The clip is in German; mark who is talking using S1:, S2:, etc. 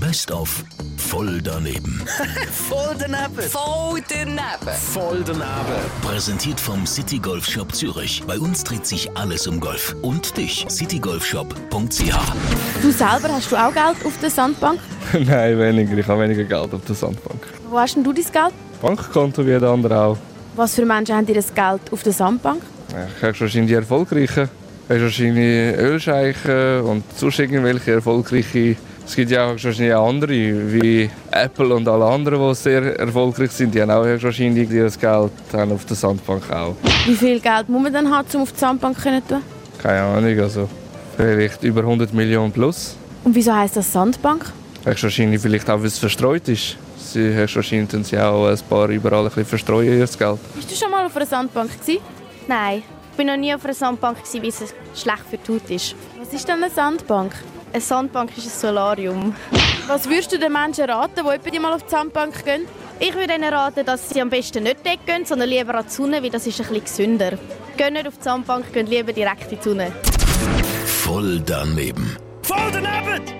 S1: Best of Voll daneben.
S2: Voll daneben!
S3: Voll daneben.
S2: Voll daneben!
S1: Präsentiert vom City Golf Shop Zürich. Bei uns dreht sich alles um Golf. Und dich, citygolfshop.ch.
S4: Du selber, hast du auch Geld auf der Sandbank?
S5: Nein, weniger. Ich habe weniger Geld auf der Sandbank.
S4: Wo hast denn du dein Geld?
S5: Bankkonto wie jeder andere auch.
S4: Was für Menschen haben ihr das Geld auf der Sandbank?
S5: Ja, Kriegst wahrscheinlich die Erfolgreichen. Hast wahrscheinlich Ölscheichen und sonst irgendwelche Erfolgreiche. Es gibt ja auch wahrscheinlich auch andere, wie Apple und alle anderen, die sehr erfolgreich sind. Die haben auch wahrscheinlich das Geld haben auf der Sandbank auch.
S4: Wie viel Geld muss man dann haben, um auf die Sandbank zu tun?
S5: Keine Ahnung, also vielleicht über 100 Millionen plus.
S4: Und wieso heisst das Sandbank?
S5: Hast wahrscheinlich vielleicht auch, weil es verstreut ist. Sie hast wahrscheinlich tun sie auch ein paar überall ein bisschen verstreuen ihr Geld.
S4: Bist du schon mal auf einer Sandbank? Gewesen?
S6: Nein, ich bin noch nie auf einer Sandbank, weil es schlecht für die Haut ist.
S4: Was ist denn eine Sandbank?
S6: Eine Sandbank ist ein Solarium.
S4: Was würdest du den Menschen raten, die etwa die mal auf die Sandbank gehen?
S6: Ich würde ihnen raten, dass sie am besten nicht dort gehen, sondern lieber an die Sonne, weil das ist ein bisschen gesünder. Gehen nicht auf die Sandbank, gehen lieber direkt in die Sonne.
S1: Voll daneben.
S2: Voll daneben!